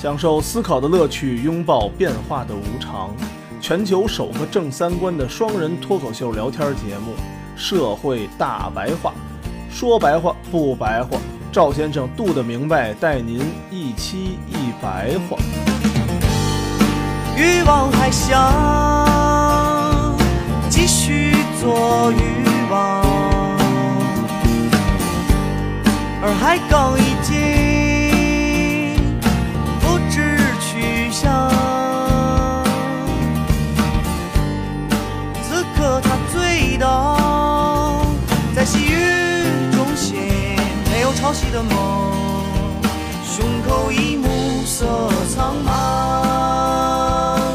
享受思考的乐趣，拥抱变化的无常。全球首个正三观的双人脱口秀聊天节目《社会大白话》，说白话不白话，赵先生度的明白，带您一期一白话。欲望还想继续做欲望，而海港已经不知去向。此刻他醉倒在细雨中心，没有潮汐的梦，胸口已暮色苍茫。啊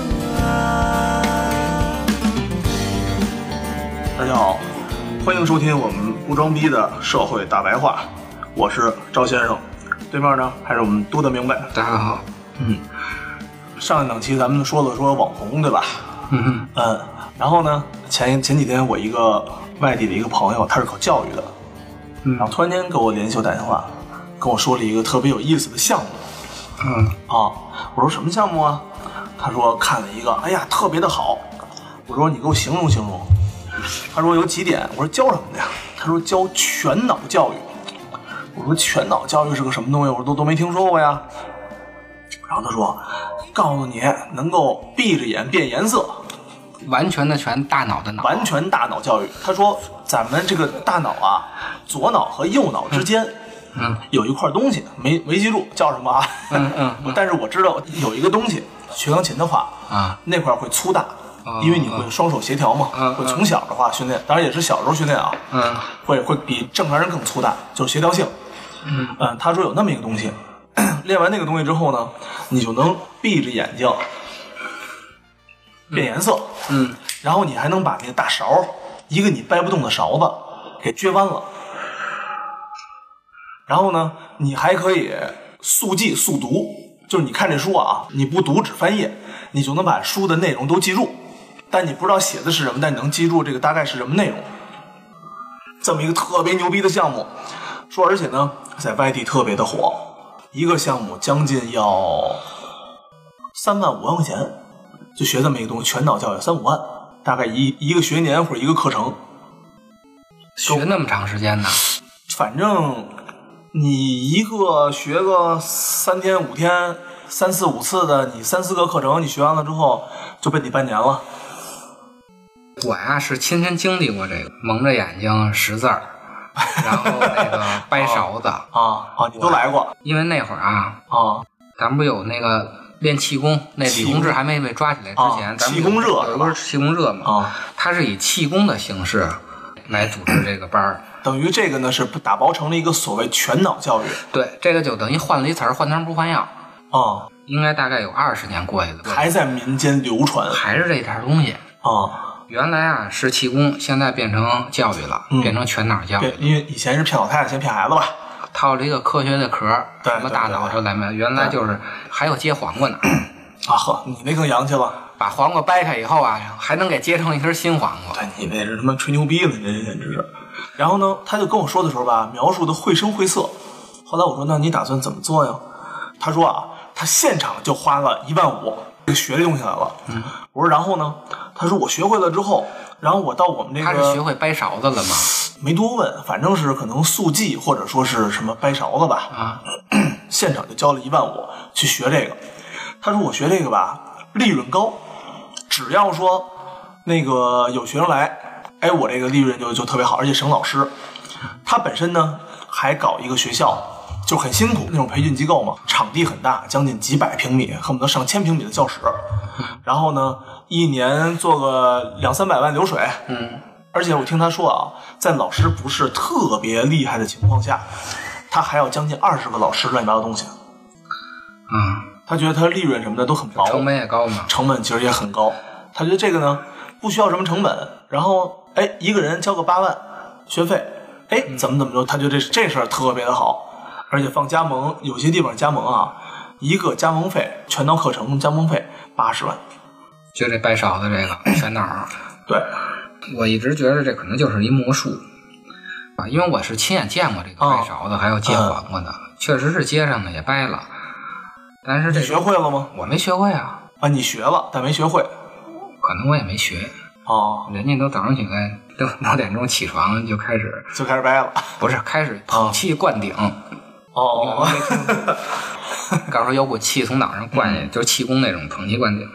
大家好，欢迎收听我们不装逼的社会大白话，我是赵先生，对面呢还是我们度的明白。嗯大家好，上一档期咱们说了说网红，对吧？嗯哼，嗯，然后呢，前前几天我一个外地的一个朋友，他是搞教育的，嗯然后突然间给我联系我打电话，跟我说了一个特别有意思的项目嗯，啊。我说什么项目啊？他说看了一个，哎呀，特别的好。我说你给我形容形容。他说有几点。我说教什么的呀？他说教全脑教育。我说全脑教育是个什么东西？我说都都没听说过呀。然后他说，告诉你能够闭着眼变颜色。完全的全，大脑的脑，完全大脑教育。他说，咱们这个大脑啊，左脑和右脑之间，嗯，有一块东西没没记住叫什么啊？嗯嗯我 但是我知道有一个东西，学钢琴的话，啊，那块会粗大，因为你会双手协调嘛，哦嗯会从小的话训练，当然也是小时候训练啊，嗯会会比正常人更粗大，就是协调性。嗯嗯，他说有那么一个东西， 练完那个东西之后呢，你就能闭着眼睛变颜色。嗯，然后你还能把那个大勺，一个你掰不动的勺子给撅弯了。然后呢，你还可以速记速读，就是你看这书啊，你不读只翻页，你就能把书的内容都记住。但你不知道写的是什么，但你能记住这个大概是什么内容。这么一个特别牛逼的项目，说而且呢，在外地特别的火，一个项目将近要三万五万块钱，就学这么一个东西，全脑教育三五万，大概一一个学年或者一个课程，学那么长时间呢？反正你一个学个三天五天、三四五次的，你三四个课程你学完了之后，就被你半年了。我呀是亲身经历过这个，蒙着眼睛 识字儿，然后那个掰勺子，啊啊！你都来过因为那会儿啊，啊咱们不有那个练气功，那气李功洪志还没被抓起来之前，啊咱们气功热有是吧有不是气功热嘛，啊！他是以气功的形式来组织这个班儿。等于这个呢是打包成了一个所谓全脑教育对，这个就等于换了一词儿，换汤不换药，啊，应该大概有二十年过去了，还在民间流传还是这点儿东西。啊。原来啊是气功，现在变成教育了，嗯变成全脑教育对，了，因为以前是骗老太太，先骗孩子吧。套了一个科学的壳儿，对什么大脑对什么没有，原来就是还有接黄瓜 呢，啊呵，你那更洋气了。把黄瓜掰开以后啊，还能给接成一根新黄瓜。对你那是他妈吹牛逼呢，你这简直是。然后呢，他就跟我说的时候吧，描述的绘声绘色。后来我说，那你打算怎么做呀？他说啊，他现场就花了一万五，就学这东西来了。嗯，我说然后呢？他说我学会了之后，然后我到我们这他是学个会掰勺子了吗？没多问，反正是可能速记或者说是什么掰勺子吧，啊， 现场就交了一万五去学这个。他说我学这个吧，利润高，只要说那个有学生来，哎，我这个利润就就特别好，而且省老师。他本身呢还搞一个学校，就很辛苦那种培训机构嘛，场地很大，将近几百平米，恨不得上千平米的教室。然后呢，一年做个两三百万流水。嗯，而且我听他说啊，在老师不是特别厉害的情况下，他还要将近二十个老师乱七八糟东西。嗯，他觉得他利润什么的都很薄，成本也高嘛。成本其实也很高。他觉得这个呢不需要什么成本，然后哎一个人交个八万学费，哎怎么怎么着，他觉得这这事儿特别的好，而且放加盟，有些地方加盟啊，一个加盟费全到课程加盟费八十万，就这掰勺子这个全脑，对，我一直觉得这可能就是一魔术啊，因为我是亲眼见过这个哦掰勺子还有接黄瓜的，确实是接上了也掰了。但是嗯这你个学会了吗？我没学会啊，啊，你学了，但没学会。可能我也没学，哦，人家都早上起来六六点钟起床就开始，就开始掰了。不是开始捧气灌顶，哦， 告诉有股气从脑上灌下嗯去，就是气功那种捧气灌顶，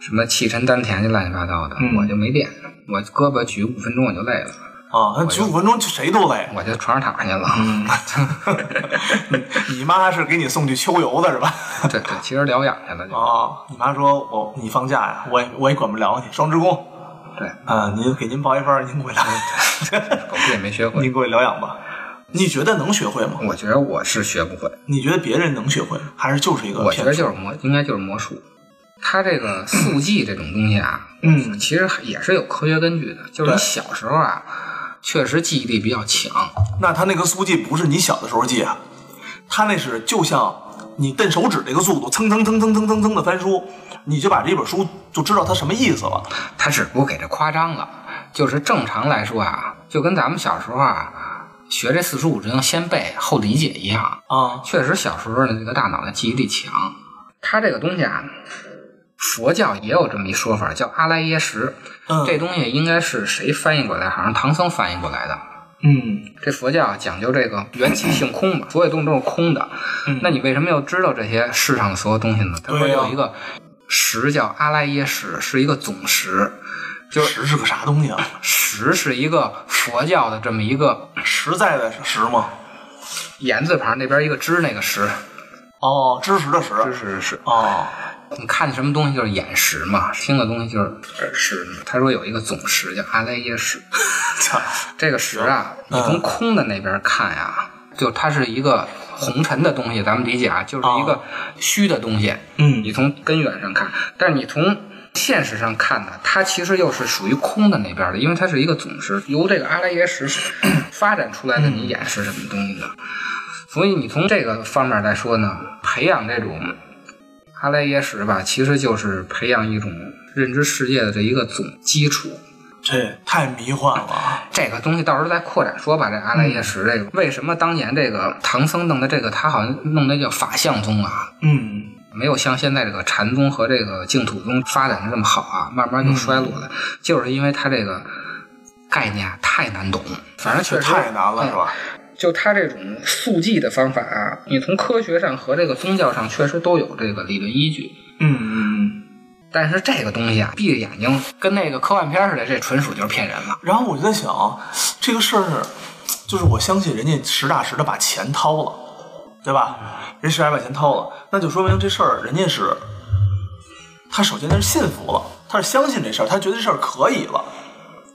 什么气沉丹田就乱七八糟的，嗯我就没练，我胳膊举五分钟我就累了，啊，哎那举五分钟谁都 累。我就床上躺下了。嗯你妈是给你送去秋游的是吧？ 对对，其实疗养去了就。哦，你妈说我你放假呀，我也我也管不了你，双职工。对，啊，您给您报一份儿，您过来，嗯狗屁也没学会。您过来疗养吧。你觉得能学会吗？我觉得我是学不会，你觉得别人能学会，还是就是一个我觉骗得术？就是魔，应该就是魔术。它 这个速记这种东西啊，嗯其实也是有科学根据的。就是你对小时候啊，确实记忆力比较强，那他那个速记不是你小的时候记啊，他那是就像你蹬手指这个速度，蹭蹭蹭蹭蹭蹭蹭的翻书，你就把这本书就知道它什么意思了。它只不过给它夸张了。就是正常来说啊，就跟咱们小时候啊学这四书五经先背后理解一样，啊确实小时候的这个大脑的记忆力强。它这个东西啊，佛教也有这么一说法，叫阿赖耶识。嗯这东西应该是谁翻译过来？好像唐僧翻译过来的。嗯，这佛教啊讲究这个缘起性空嘛，所有东西都是空的。那你为什么要知道这些世上的所有东西呢？它不是对呀有一个识叫阿赖耶识，是一个总识，就石是个啥东西啊？识是一个佛教的这么一个实在的实吗？言字旁那边一个知那个识，哦，知识的识。知是是。哦，你看什么东西就是眼识嘛，听的东西就是耳识嘛。他说有一个总识叫阿赖耶识，操，这个石啊，你从空的那边看呀、就它是一个红尘的东西，咱们理解啊，就是一个虚的东西。嗯你从根源上看，但是你从现实上看呢，它其实又是属于空的那边的，因为它是一个总石，由这个阿赖耶识 发展出来的，你演示什么东西的。所以你从这个方面来说呢，培养这种阿赖耶识吧，其实就是培养一种认知世界的这一个总基础。这太迷幻了啊。这个东西到时候再扩展说吧。这阿赖耶识这个，为什么当年这个唐僧弄的这个，他好像弄的叫法相宗啊，嗯，没有像现在这个禅宗和这个净土宗发展的这么好啊，慢慢就衰落嗯了，就是因为他这个概念啊太难懂，反正确这实哎太难了，是吧？就他这种速记的方法啊，你从科学上和这个宗教上确实都有这个理论依据。嗯嗯嗯。但是这个东西啊，闭着眼睛跟那个科幻片似的，这纯属就是骗人了。然后我就在想，这个事儿，就是我相信人家实打实的把钱掏了，对吧？人实打实把钱掏了，那就说明这事儿人家是，他首先他是信服了，他是相信这事儿，他觉得这事儿可以了，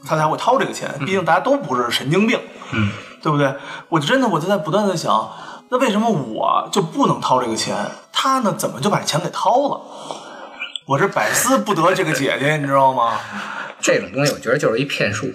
他才会掏这个钱。毕竟大家都不是神经病，嗯，对不对？我就真的我就在不断的想，那为什么我就不能掏这个钱？他呢，怎么就把钱给掏了？我这百思不得这个姐姐，你知道吗？这种东西，我觉得就是一骗术。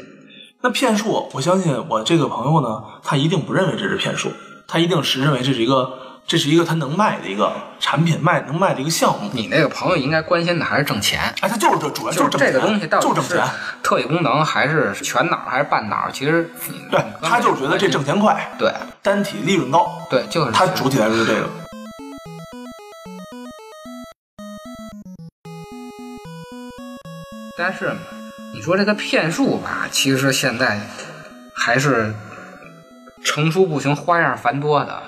那骗术，我相信我这个朋友呢，他一定不认为这是骗术，他一定是认为这是一个，这是一个他能卖的一个产品，卖能卖的一个项目。你那个朋友应该关心的还是挣钱，哎，他就是这主要就是挣是这钱，个东西到就底挣是钱。特异功能还是全脑还是半脑？其实你对你，刚才他就是觉得这挣钱快，对单体利润高，对，就是他主体来说就这个。但是你说这个骗术吧，其实现在还是层出不穷、花样繁多的。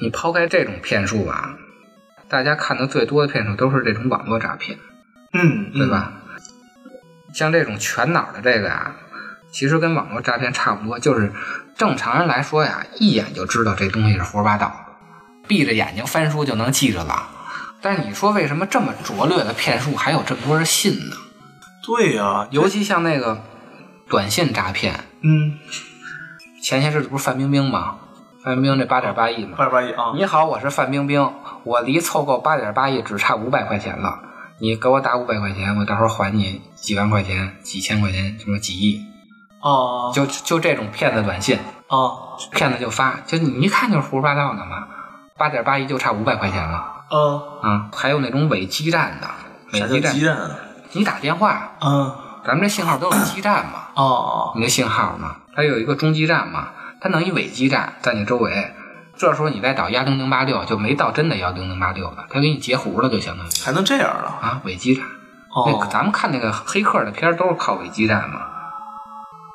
你抛开这种骗术吧，大家看的最多的骗术都是这种网络诈骗，嗯，对吧？像这种全脑的这个呀、其实跟网络诈骗差不多，就是正常人来说呀，一眼就知道这东西是胡说八道，闭着眼睛翻书就能记着了。但是你说为什么这么拙劣的骗术还有这么多人信呢？嗯？对呀、尤其像那个短信诈骗，嗯，前些日子不是范冰冰吗？范冰冰这八点八亿嘛八，十八亿啊，你好，我是范冰冰，我离凑够八点八亿只差五百块钱了，你给我打五百块钱，我到时候还你几万块钱、几千块钱，什么几亿，啊就就这种骗子短信，啊骗子就发，就你一看就是胡说八道的嘛，八点八亿就差五百块钱了啊！啊、还有那种伪基站的，啥伪叫基站基，站啊？你打电话，嗯咱们这信号都有基站嘛。啊你的信号嘛，它有一个中继站嘛，它弄一伪基站在你周围，这时候你再导幺零零八六，就没到真的幺零零八六了，他给你截胡了，就相当于还能这样了？啊伪基站。那哦，咱们看那个黑客的片儿都是靠伪基站嘛，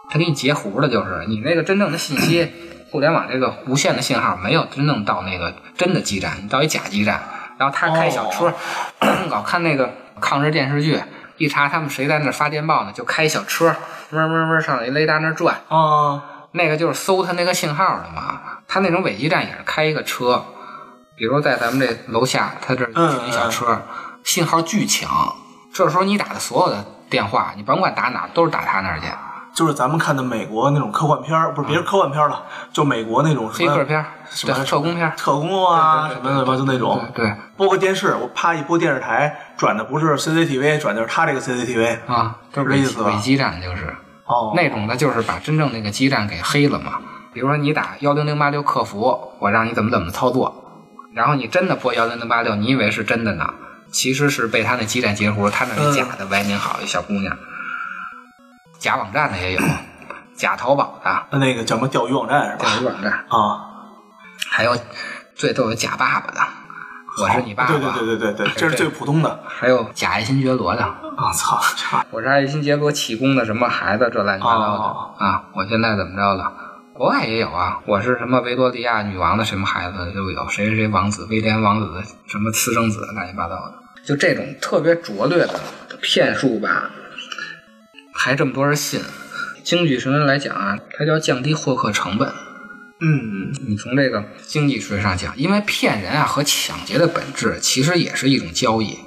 他给你截胡了，就是你那个真正的信息，互联网这个无线的信号没有真正到那个真的基站，你到一假基站，然后他开小车， 老看那个抗日电视剧，一查他们谁在那儿发电报呢，就开小车，嗡嗡嗡上一雷达那儿转，啊，那个就是搜他那个信号的嘛。他那种伪基站也是开一个车，比如说在咱们这楼下，他这儿嗯停一小车，信号巨强。这时候你打的所有的电话，你甭管打哪，都是打他那儿去。就是咱们看的美国那种科幻片儿，不是别是科幻片儿了，就美国那种什嗯黑么客片儿，什对么，特工片儿，特工啊对什对么的吧，就那种对对播个电视，我啪一播电视台，转的不是 CCTV，转的是他这个 CCTV 啊，是这伪意思吧伪基站就是。哦，那种的就是把真正那个基站给黑了嘛。比如说你打幺零零八六客服，我让你怎么怎么操作，然后你真的拨幺零零八六，你以为是真的呢，其实是被他那基站截胡，他那嗯是假的。喂，您好，一小姑娘，假网站的也有，假淘 宝的，那那个叫什么钓鱼网站是吧？钓鱼网站，啊，还有最逗有假爸爸的，我是你爸爸，哦对对对对对对，这是最普通的。还有假爱新觉罗的。我 操，这玩意我是爱新觉罗启功的什么孩子，这乱七八糟的、哦啊！我现在怎么着了？国外也有啊，我是什么维多利亚女王的什么孩子就有，谁谁谁王子，威廉王子的什么私生子，乱七八糟的，就这种特别拙劣的骗术吧，还这么多人信。经济学来讲啊，它叫降低获客成本。儿嗯，你从这个经济学上讲，因为骗人啊和抢劫的本质其实也是一种交易。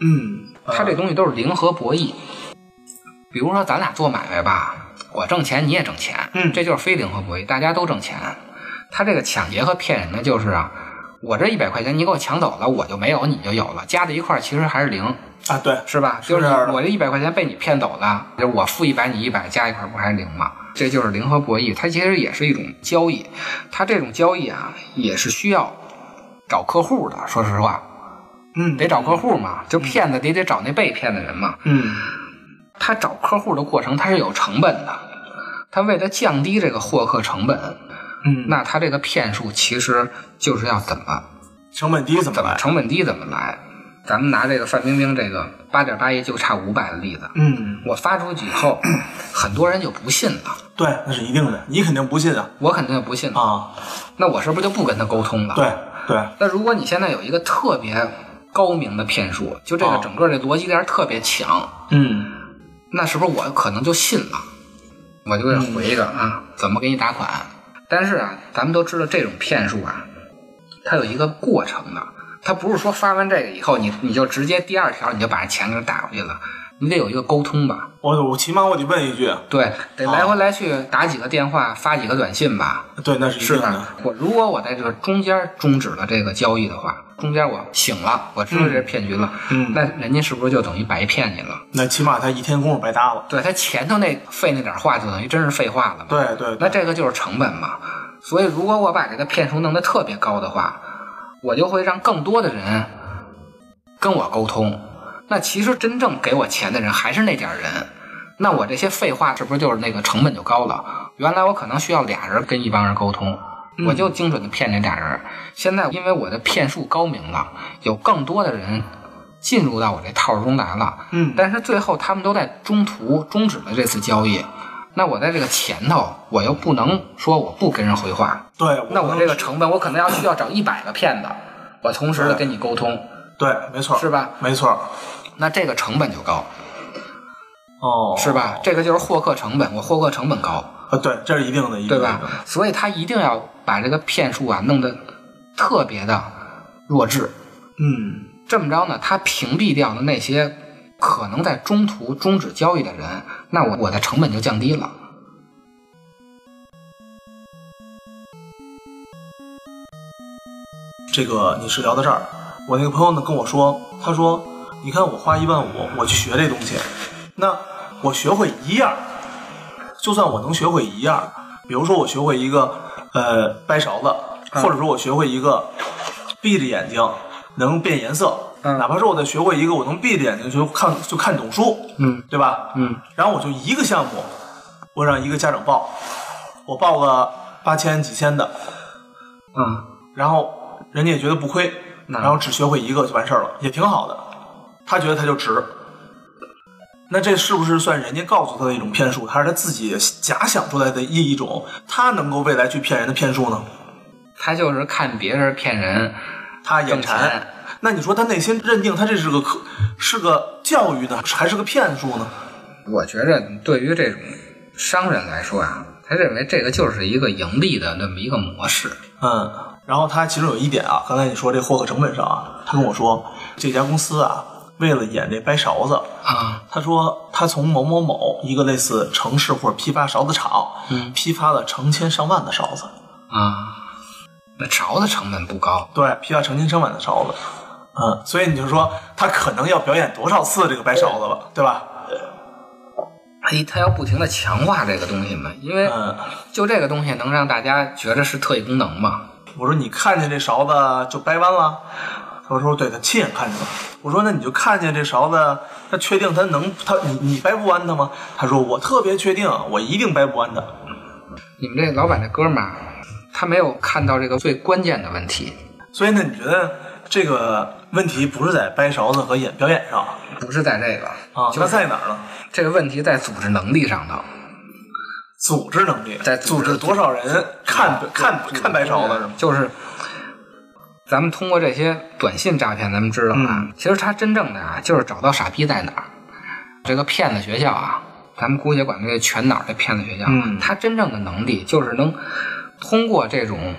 嗯，它这呃东西都是零和博弈。比如说咱俩做买卖吧，我挣钱你也挣钱，嗯这就是非零和博弈，大家都挣钱。他这个抢劫和骗人呢，就是啊，我这一百块钱你给我抢走了，我就没有，你就有了，加在一块儿其实还是零，啊，对，是吧？是就是这样的我这一百块钱被你骗走了，就是我付一百你一百，加一块儿不还是零吗？这就是零和博弈，它其实也是一种交易，它这种交易啊也是需要找客户的，说实话，嗯，得找客户嘛，就骗子得得找那被骗的人嘛。嗯，他找客户的过程他是有成本的，他为了降低这个获客成本，嗯，那他这个骗术其实就是要怎么成本低怎么怎么来？成本低怎么来。咱们拿这个范冰冰这个八点八亿就差五百的例子，嗯，我发出去以 后，很多人就不信了，对，那是一定的，你肯定不信啊我肯定就不信了，啊，那我是不是就不跟他沟通了？对对，那如果你现在有一个特别高明的骗术，就这个哦整个这逻辑链特别强，嗯那是不是我可能就信了？我就会回一个嗯啊，怎么给你打款？但是啊，咱们都知道这种骗术啊，它有一个过程的，它不是说发完这个以后，你你就直接第二条你就把钱给打过去了，你得有一个沟通吧？我我起码我得问一句，啊对，得来哦回来去打几个电话，发几个短信吧，对，那是一是定吧的，？我如果我在这个中间终止了这个交易的话，中间我醒了，我知道这是骗局了，嗯那人家是不是就等于白骗你了？那起码他一天功夫白搭了。对他前头那费那点话，就等于真是废话了嘛。对对，那对这个就是成本嘛。所以如果我把这个骗术弄得特别高的话，我就会让更多的人跟我沟通。那其实真正给我钱的人还是那点儿人，那我这些废话是不是就是那个成本就高了？原来我可能需要俩人跟一帮人沟通，嗯我就精准的骗这俩人。现在因为我的骗术高明了，有更多的人进入到我这套中来了。嗯但是最后他们都在中途终止了这次交易。那我在这个前头，我又不能说我不跟人回话，对，那我能这个成本，我可能要需要找一百个骗子，我同时的对跟你沟通，对，没错，是吧？没错，那这个成本就高，哦，是吧？这个就是获客成本，我获客成本高，啊，对，这是一定的，一定对的吧？？所以他一定要把这个骗术啊弄得特别的弱智，嗯，这么着呢，他屏蔽掉了那些可能在中途终止交易的人，那我我的成本就降低了。这个你是聊到这儿，我那个朋友呢跟我说，他说，你看我花一万五，我去学这东西，那我学会一样儿，就算我能学会一样儿，比如说我学会一个呃掰勺子，嗯或者说我学会一个闭着眼睛能变颜色，嗯哪怕说我再学会一个我能闭着眼睛就看就看懂书，嗯对吧？嗯，然后我就一个项目，我让一个家长报，我报个八千几千的，嗯，然后人家也觉得不亏，那然后只学会一个就完事儿了，也挺好的。他觉得他就值。那这是不是算人家告诉他的一种骗术，还是他自己假想出来的一一种他能够未来去骗人的骗术呢？他就是看别人骗人，他眼挣馋钱。那你说他内心认定他这是个可是个教育呢，还是个骗术呢？我觉着对于这种商人来说啊，他认为这个就是一个盈利的那么一个模式。嗯，然后他其中有一点啊，刚才你说这获客成本上啊，他跟我说这家公司啊，为了演这掰勺子，啊，他说他从某某某一个类似城市或者批发勺子厂，嗯批发了成千上万的勺子，啊，那勺子成本不高，对，批发成千上万的勺子，嗯，所以你就说他可能要表演多少次这个掰勺子了，对吧？他他要不停的强化这个东西嘛，因为嗯，就这个东西能让大家觉着是特异功能嘛。我说你看见这勺子就掰弯了，他说对，他亲眼看见了。我说那你就看见这勺子，他确定他能他你你掰不弯它吗？他说我特别确定，我一定掰不弯它。你们这老板这哥们儿，他没有看到这个最关键的问题，所以呢，你觉得这个问题不是在掰勺子和演表演上不是在这个啊？就那是在哪儿呢？这个问题在组织能力上头。组织能力，在组组织织多少人看看看白勺子是吗？就是咱们通过这些短信诈骗，咱们知道啊，嗯其实他真正的啊，就是找到傻逼在哪儿。这个骗子学校啊，咱们姑且管这个全脑儿这骗子学校，嗯他真正的能力就是能通过这种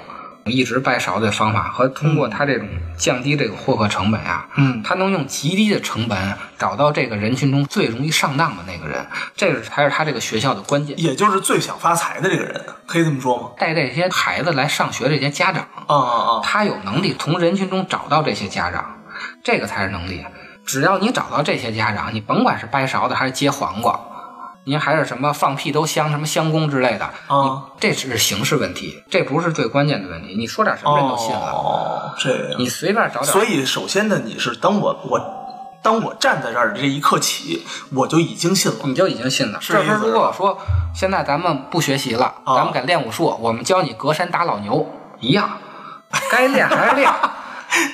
一直掰勺的方法和通过他这种降低这个获客成本啊，嗯他能用极低的成本找到这个人群中最容易上当的那个人，这个才是他这个学校的关键。也就是最想发财的这个人，可以这么说吗？带这些孩子来上学，这些家长，啊啊啊！他有能力从人群中找到这些家长，这个才是能力。只要你找到这些家长，你甭管是掰勺子还是接黄瓜，您还是什么放屁都香什么香公之类的，啊你这只是形式问题，这不是最关键的问题。你说点什么人都信了，哦，这样。你随便找点。所以，首先呢，你是当我我当我站在这儿的这一刻起，我就已经信了。你就已经信了。是这时意思候是如果说现在咱们不学习了，啊咱们改练武术，我们教你隔山打老牛一样，该练还是练。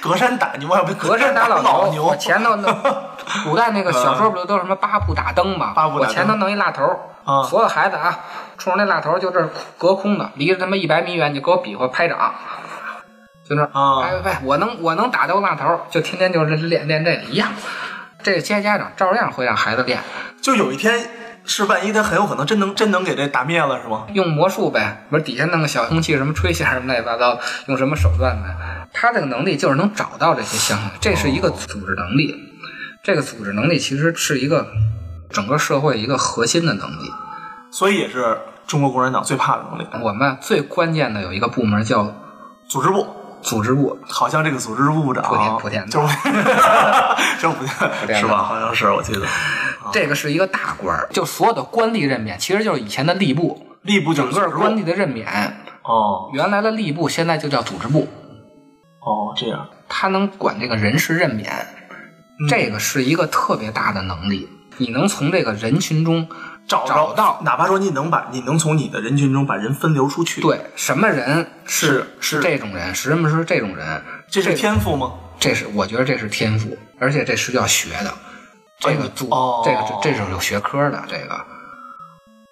隔山打牛，我 要被隔山打老嗯老牛，我前头 那古代那个小说不都什么八步打灯嘛？八步打我灯前头弄一蜡头，啊所有孩子啊，冲着那蜡头就这儿隔空的，离着他妈一百米远，你给我比划拍掌，就那儿啊拍拍拍，我能我能打到蜡头，就天天就是练练这个一样。这些家长照样会让孩子练，就有一天是万一他很有可能真能真能给这打灭了，是吗？用魔术呗，不是底下弄个小空气什么吹线什么乱七八糟，用什么手段呗。他这个能力就是能找到这些项目，这是一个组织能力。这个组织能力其实是一个整个社会一个核心的能力。所以也是中国共产党最怕的能力，我们最关键的有一个部门叫组织部。组织部，好像这个组织部长莆田莆田的啊就是 就是莆田田的是吧？好像是我记得，这个是一个大官儿，就所有的官吏任免其实就是以前的吏部，吏部就是整组织个部官吏的任免，哦原来的吏部现在就叫组织部。哦这样，他能管这个人事任免，嗯这个是一个特别大的能力。你能从这个人群中找找到哪怕说你能把你能从你的人群中把人分流出去，，对什么人是是是这种人，什么是这种人，这这是个天赋吗？这是我觉得这是天赋，而且这是要学的。这个组，哦这个这是有学科的，这个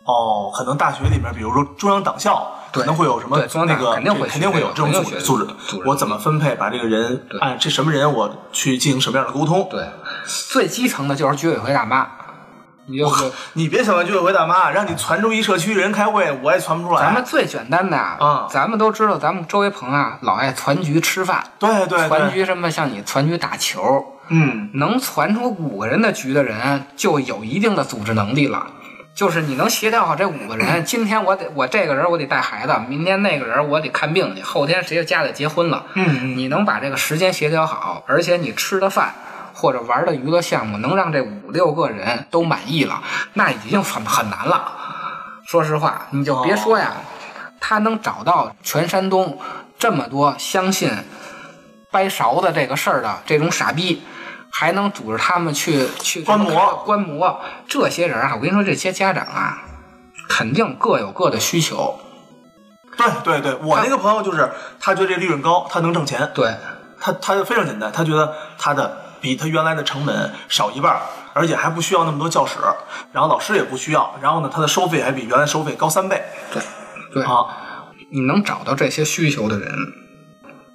哦，可能大学里面，比如说中央党校，对可能会有什么对中央那党个肯定会肯定会有这种肯定组会织学组织组织我怎么分配把这个人对按这什么人我去进行什么样的沟通？对最基层的就是居委会大妈，你就哇是你别想到居委会大妈，让你传出一社区人开会，我也传不出来。咱们最简单的啊啊，咱们都知道，咱们周围朋友啊老爱攒局吃饭，对对攒对，局什么像你攒局打球，嗯，能传出五个人的局的人，就有一定的组织能力了。就是你能协调好这五个人，今天我得我这个人我得带孩子，明天那个人我得看病去，后天谁又家里结婚了，嗯嗯你能把这个时间协调好，而且你吃的饭或者玩的娱乐项目能让这五六个人都满意了，那已经很很难了。说实话，你就别说哦呀，他能找到全山东这么多相信掰勺子这个事儿的这种傻逼，还能组织他们去去观摩观摩这些人啊！我跟你说，这些家长啊，肯定各有各的需求。对对对，我那个朋友就是他觉得这利润高，他能挣钱，对，他他就非常简单，他觉得他的比他原来的成本少一半儿，而且还不需要那么多教室，然后老师也不需要，然后呢，他的收费还比原来收费高三倍对啊，你能找到这些需求的人，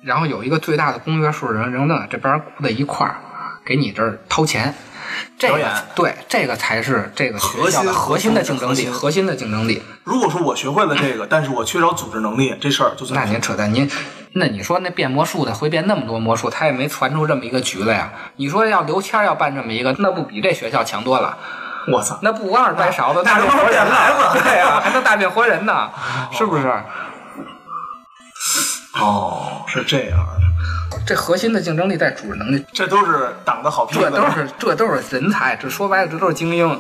然后有一个最大的公约数的人，人能在这边顾在一块儿，给你这儿掏钱，这表演个对，这个才是这个学校的核核心心的竞争核力，心核心的竞争力。如果说我学会了这个，但是我缺少组织能力，这事儿就那算您扯淡，您那你说那变魔术的会变那么多魔术，他也没传出这么一个局来呀、你说要刘谦儿要办这么一个，那不比这学校强多了？我操，那不光是掰勺子，那大变活人呢那都是变孩子，对呀、还能大变活 人呢，是不是？哦，是这样的，这核心的竞争力在组织能力，这都是党的好屁股，这都是这都是人才，这说白了这都是精英。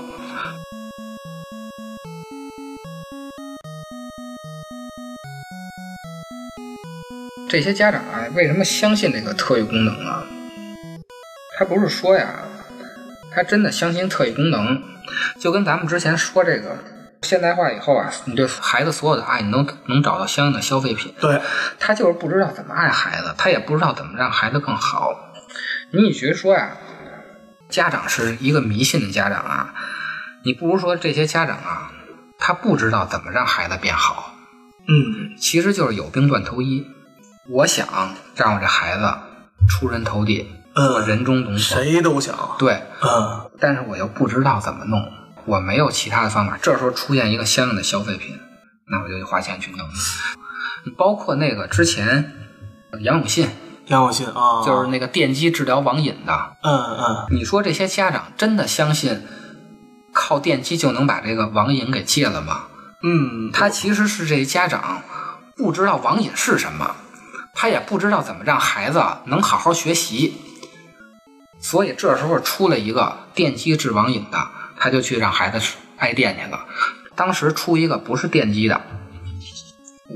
这些家长啊，为什么相信这个特异功能啊？他不是说呀，他真的相信特异功能，就跟咱们之前说这个现代化以后啊，你对孩子所有的爱，你能能找到相应的消费品。对，他就是不知道怎么爱孩子，他也不知道怎么让孩子更好。你与其说呀、家长是一个迷信的家长啊，你不如说这些家长啊，他不知道怎么让孩子变好，嗯，其实就是有病乱投医。我想让我这孩子出人头地，嗯我人中龙凤，谁都想，对，嗯，但是我又不知道怎么弄，我没有其他的方法。这时候出现一个相应的消费品，那我就得花钱去弄。包括那个之前杨永信，杨永信啊，就是，那个电击治疗网瘾的，嗯嗯，你说这些家长真的相信靠电击就能把这个网瘾给戒了吗？嗯，他其实是这家长不知道网瘾是什么，他也不知道怎么让孩子能好好学习，所以这时候出了一个电击治网瘾的，他就去让孩子挨电去了。当时出一个不是电击的，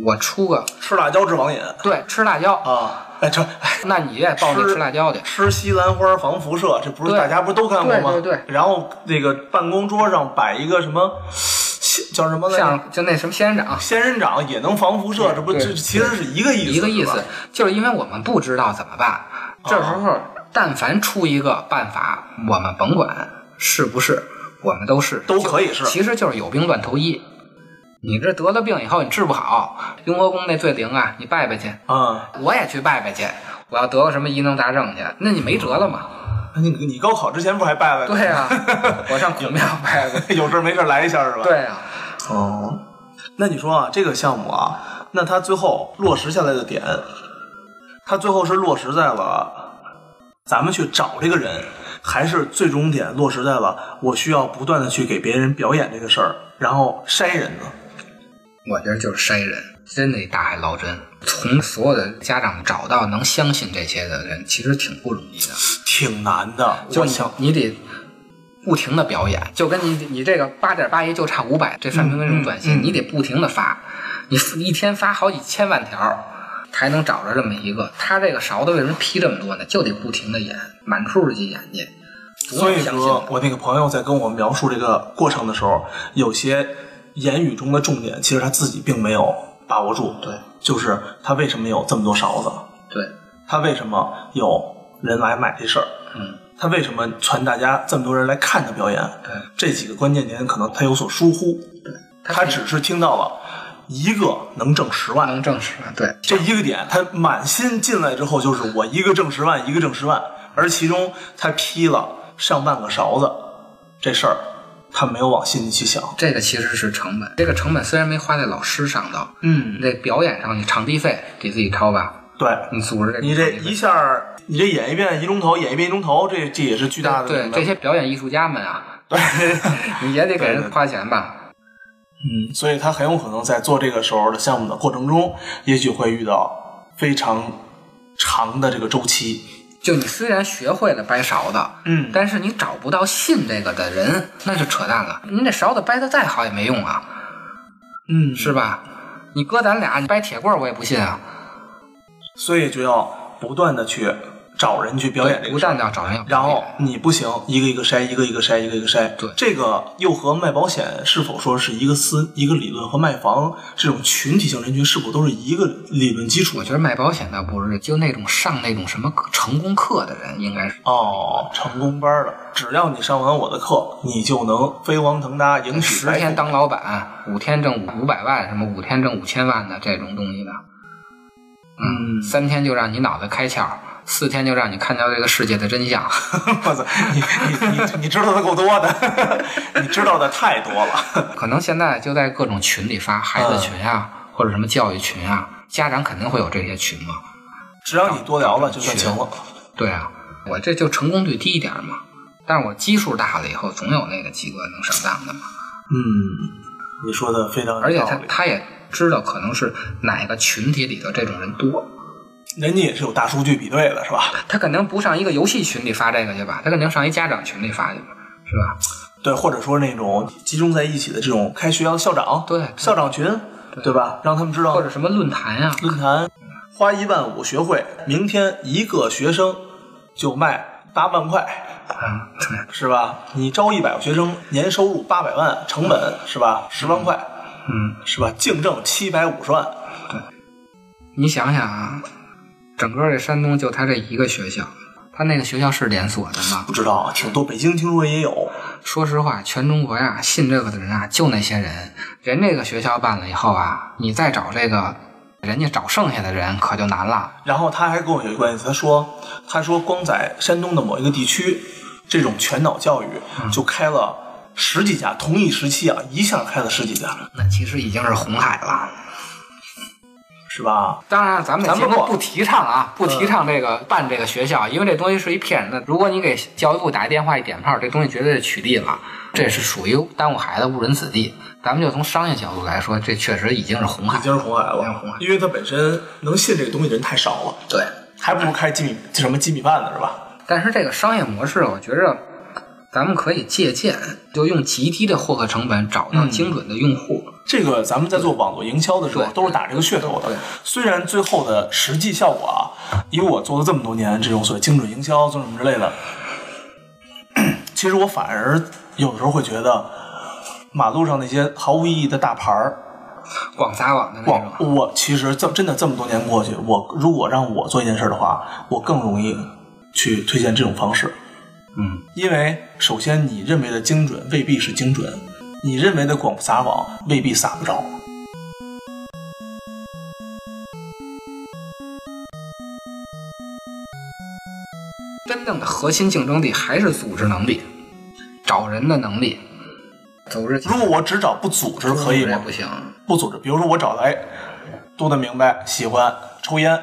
我出个吃辣椒治网瘾对吃辣椒，啊，哎，这那你也报那吃吃辣椒去。吃西兰花防辐射，这不是对大家不是都看过吗？对对然后那个办公桌上摆一个什么，叫什么来着？像就那什么仙人掌，仙人掌也能防辐射，这不对这其实是一个意思，一个意是思吧，哦就是因为我们不知道怎么办，这时候但凡出一个办法，我们甭管是不是，我们都是都可以是其实就是有病乱投医。你这得了病以后，你治不好，雍和宫那最灵啊，你拜拜去，啊。我也去拜拜去。我要得了什么疑难杂症去，那你没辙了嘛？那你你高考之前不还拜拜吗？对啊呀、我上孔庙拜 拜。有事儿没事儿来一下是吧？。对啊呀、哦，那你说啊，这个项目啊，那它最后落实下来的点，它最后是落实在了咱们去找这个人，还是最终点落实在了我需要不断的去给别人表演这个事儿，然后筛人呢？我觉得就是筛人，真得大海捞针。从所有的家长找到能相信这些的人，其实挺不容易的。挺难的，就我你想你得不停的表演，就跟你你这个八点八一就差五百，这范冰冰这种短信，嗯嗯你得不停的发，你一天发好几千万条，才能找着这么一个。他这个勺子为什么劈这么多呢？就得不停的演，满处的去演去。多所以相信啊说，我那个朋友在跟我描述这个过程的时候，有些言语中的重点，其实他自己并没有把握住。对，就是他为什么有这么多勺子，对，他为什么有人来买这事儿，嗯，他为什么传大家这么多人来看他表演，对，这几个关键点可能他有所疏忽，他他只是听到了一个能挣十万，能证实啊，对，这一个点，他满心进来之后就是我一个挣十万，一个挣十万，而其中他劈了上半个勺子这事儿，他没有往心里去想。这个其实是成本。这个成本虽然没花在老师上头，嗯，这表演上你场地费得自己掏吧，对你组织这个你这场地费一下儿，你这演一遍一钟头，演一遍一钟头，这这也是巨大的对成这本些表演艺术家们啊，对，你也得给对对人花钱吧？嗯，所以他很有可能在做这个时候的项目的过程中，也许会遇到非常长的这个周期。就你虽然学会了掰勺子，嗯但是你找不到信这个的人，那就扯淡了。你这勺子掰的再好也没用啊，嗯，是吧？你搁咱俩，你掰铁棍儿我也不信啊。所以就要不断的去找人去表演这不个事但儿。要找人要然表演，后你不行，一个一个筛，一个一个筛，一个一个筛。对这个又和卖保险是否说是一个思一个理论和卖房这种群体性人群是否都是一个理论基础我？觉得卖保险倒不是，就那种上那种什么成功课的人，应该是哦，成功班了，只要你上完我的课，你就能飞黄腾达，迎娶十白天富当老板，五天挣五百万，什么五天挣五千万的这种东西的，嗯，三天就让你脑袋开窍，四天就让你看到这个世界的真相。 我操，你你你你知道的够多的，你知道的太多了。可能现在就在各种群里发，孩子群啊，或者什么教育群啊，家长肯定会有这些群嘛。只要你多聊了，就算行了。对啊，我这就成功率低一点嘛，但是我基数大了以后，总有那个几个能上当的嘛。嗯，你说的非常有道而理，且他他也知道可能是哪个群体里头这种人多，人家也是有大数据比对的，是吧？他肯定不上一个游戏群里发这个去吧，他肯定上一家长群里发去吧，是吧？对，或者说那种集中在一起的这种开学校校长，对对校长群，对吧？让他们知道或者什么论坛啊，论坛，花一万五学会，明天一个学生就卖八万块。啊，对是吧？你招一百个学生，年收入八百万，成本是吧？十万块，嗯，是吧？净挣七百五十万，你想想啊，整个这山东就他这一个学校，他那个学校是连锁的吗不？知道啊，挺多。北京听说也有，说实话，全中国呀，信这个的人啊，就那些人。人这个学校办了以后啊，你再找这个，人家找剩下的人可就难了。然后他还跟我有一关系，他说，他说光在山东的某一个地区，这种全脑教育就开了十几家，同一时期啊，一下开了十几家，那其实已经是红海了。是吧？当然，咱们这咱节们目不嗯不提倡啊，不提倡这个办这个学校，因为这东西是一骗人的。如果你给教育部打一电话一点炮，这东西绝对是取缔了，这是属于耽误孩子误人子弟。咱们就从商业角度来说，这确实已经是红海已。经是红海已经是红了海，因为他本身能信这个东西的人太少了，对，还不如开鸡米什么鸡米饭呢，是吧？但是这个商业模式，我觉着咱们可以借鉴，就用极低的获客成本找嗯到精准的用户。这个咱们在做网络营销的时候，对都是打这个噱头对的。虽然最后的实际效果啊，以我做了这么多年这种所谓精准营销、做什么之类的，其实我反而有时候会觉得，马路上那些毫无意义的大牌儿，广撒网的那我种，我其实这真的这么多年过去，我如果让我做一件事儿的话，我更容易去推荐这种方式。嗯，因为首先你认为的精准未必是精准，你认为的广撒网未必撒不着。真正的核心竞争力还是组织能力，找人的能力。组织如果我只找不组织可以这吗不？行，不组织，比如说我找的哎，多得明白，喜欢抽烟，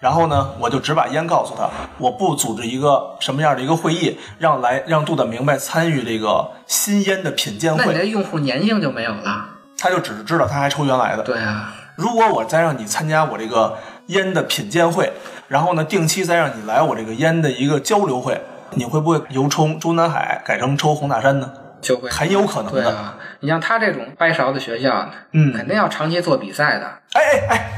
然后呢，我就只把烟告诉他，我不组织一个什么样的一个会议，让来让杜的明白参与这个新烟的品鉴那你会，这用户粘性就没有了。他就只是知道他还抽原来的。对啊，如果我再让你参加我这个烟的品鉴会，然后呢，定期再让你来我这个烟的一个交流会，你会不会由抽中南海改成抽红塔山呢？就会很有可能对的。啊。你像他这种掰勺的学校，嗯肯定要长期做比赛的。哎哎哎，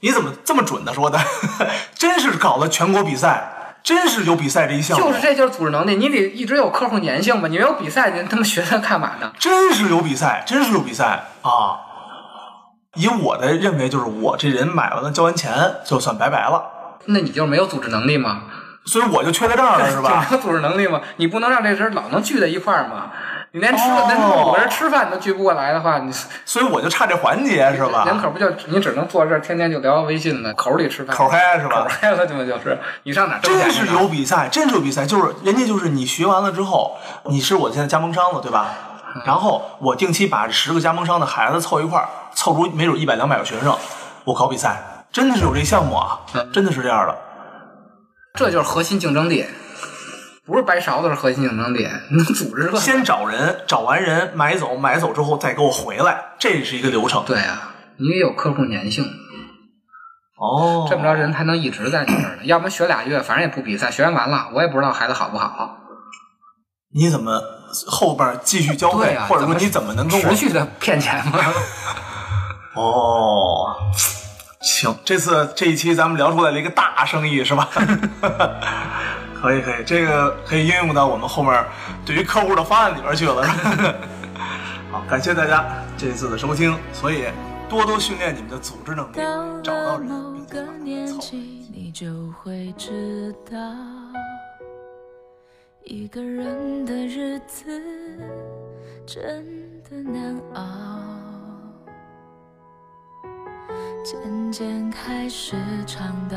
你怎么这么准的说的？ 真是搞了全国比赛，真是有比赛这一项目，就是这就是组织能力，你得一直有客户粘性吧？你没有比赛，你他妈学它干嘛呢？真是有比赛，真是有比赛啊！以我的认为，就是我这人买完了交完钱就算拜拜了，那你就是没有组织能力吗？所以我就缺在这儿了，是吧？ 就没有组织能力吗？你不能让这人老能聚在一块儿吗？你连吃哦连五个人吃饭都聚不过来的话，你所以我就差这环节，是人吧？口不就你只能坐这儿天天就聊微信了，口里吃饭，口嗨是口吧？嗨了，他妈就是你上哪挣钱真去呢是有比赛，真是有比赛，就是人家就是你学完了之后，你是我现在加盟商了，对吧？嗯然后我定期把十个加盟商的孩子凑一块儿，凑出没准一百两百个学生，我搞比赛，真的是有这项目啊，嗯真的是这样的。这就是核心竞争力，不是白勺子是核心竞争力，能组织个先找人，找完人买走，买走之后再给我回来，这是一个流程。对啊，你得有客户粘性，哦，这么着人才能一直在你这儿呢，要不然学俩月，反正也不比赛，学完完了我也不知道孩子好不好。你怎么后边继续交对费，啊或者说怎么你怎么能跟我持续的骗钱吗？哦，行，这次这一期咱们聊出来了一个大生意，是吧？ 可以可以，这个可以应用到我们后面对于客户的方案里边去了。是 吧好，感谢大家这一次的收听，所以多多训练你们的组织能力到，找到了人某并且个把年它操。纪，你就会知道，一个人的日子真的难熬。渐渐开始尝到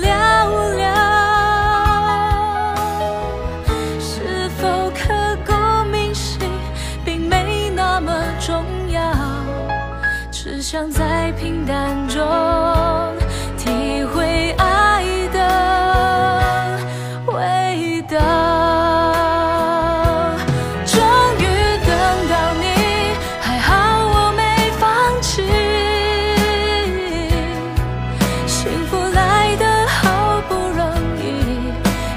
寥寥。是否刻骨铭心，并没那么重要，只想在平淡中体会爱的味道。终于等到你，还好我没放弃。幸福来得好不容易，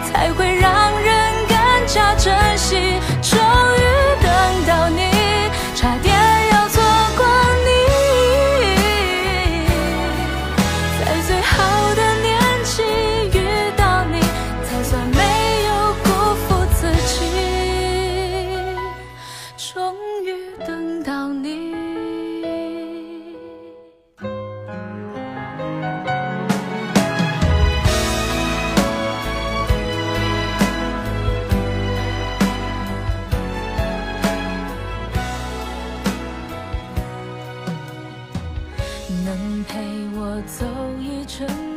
才会让人更加珍惜。终于等到你，差点要错过你，在最好的年纪遇到你，才算没有辜负自己。终于等到你。能陪我走一程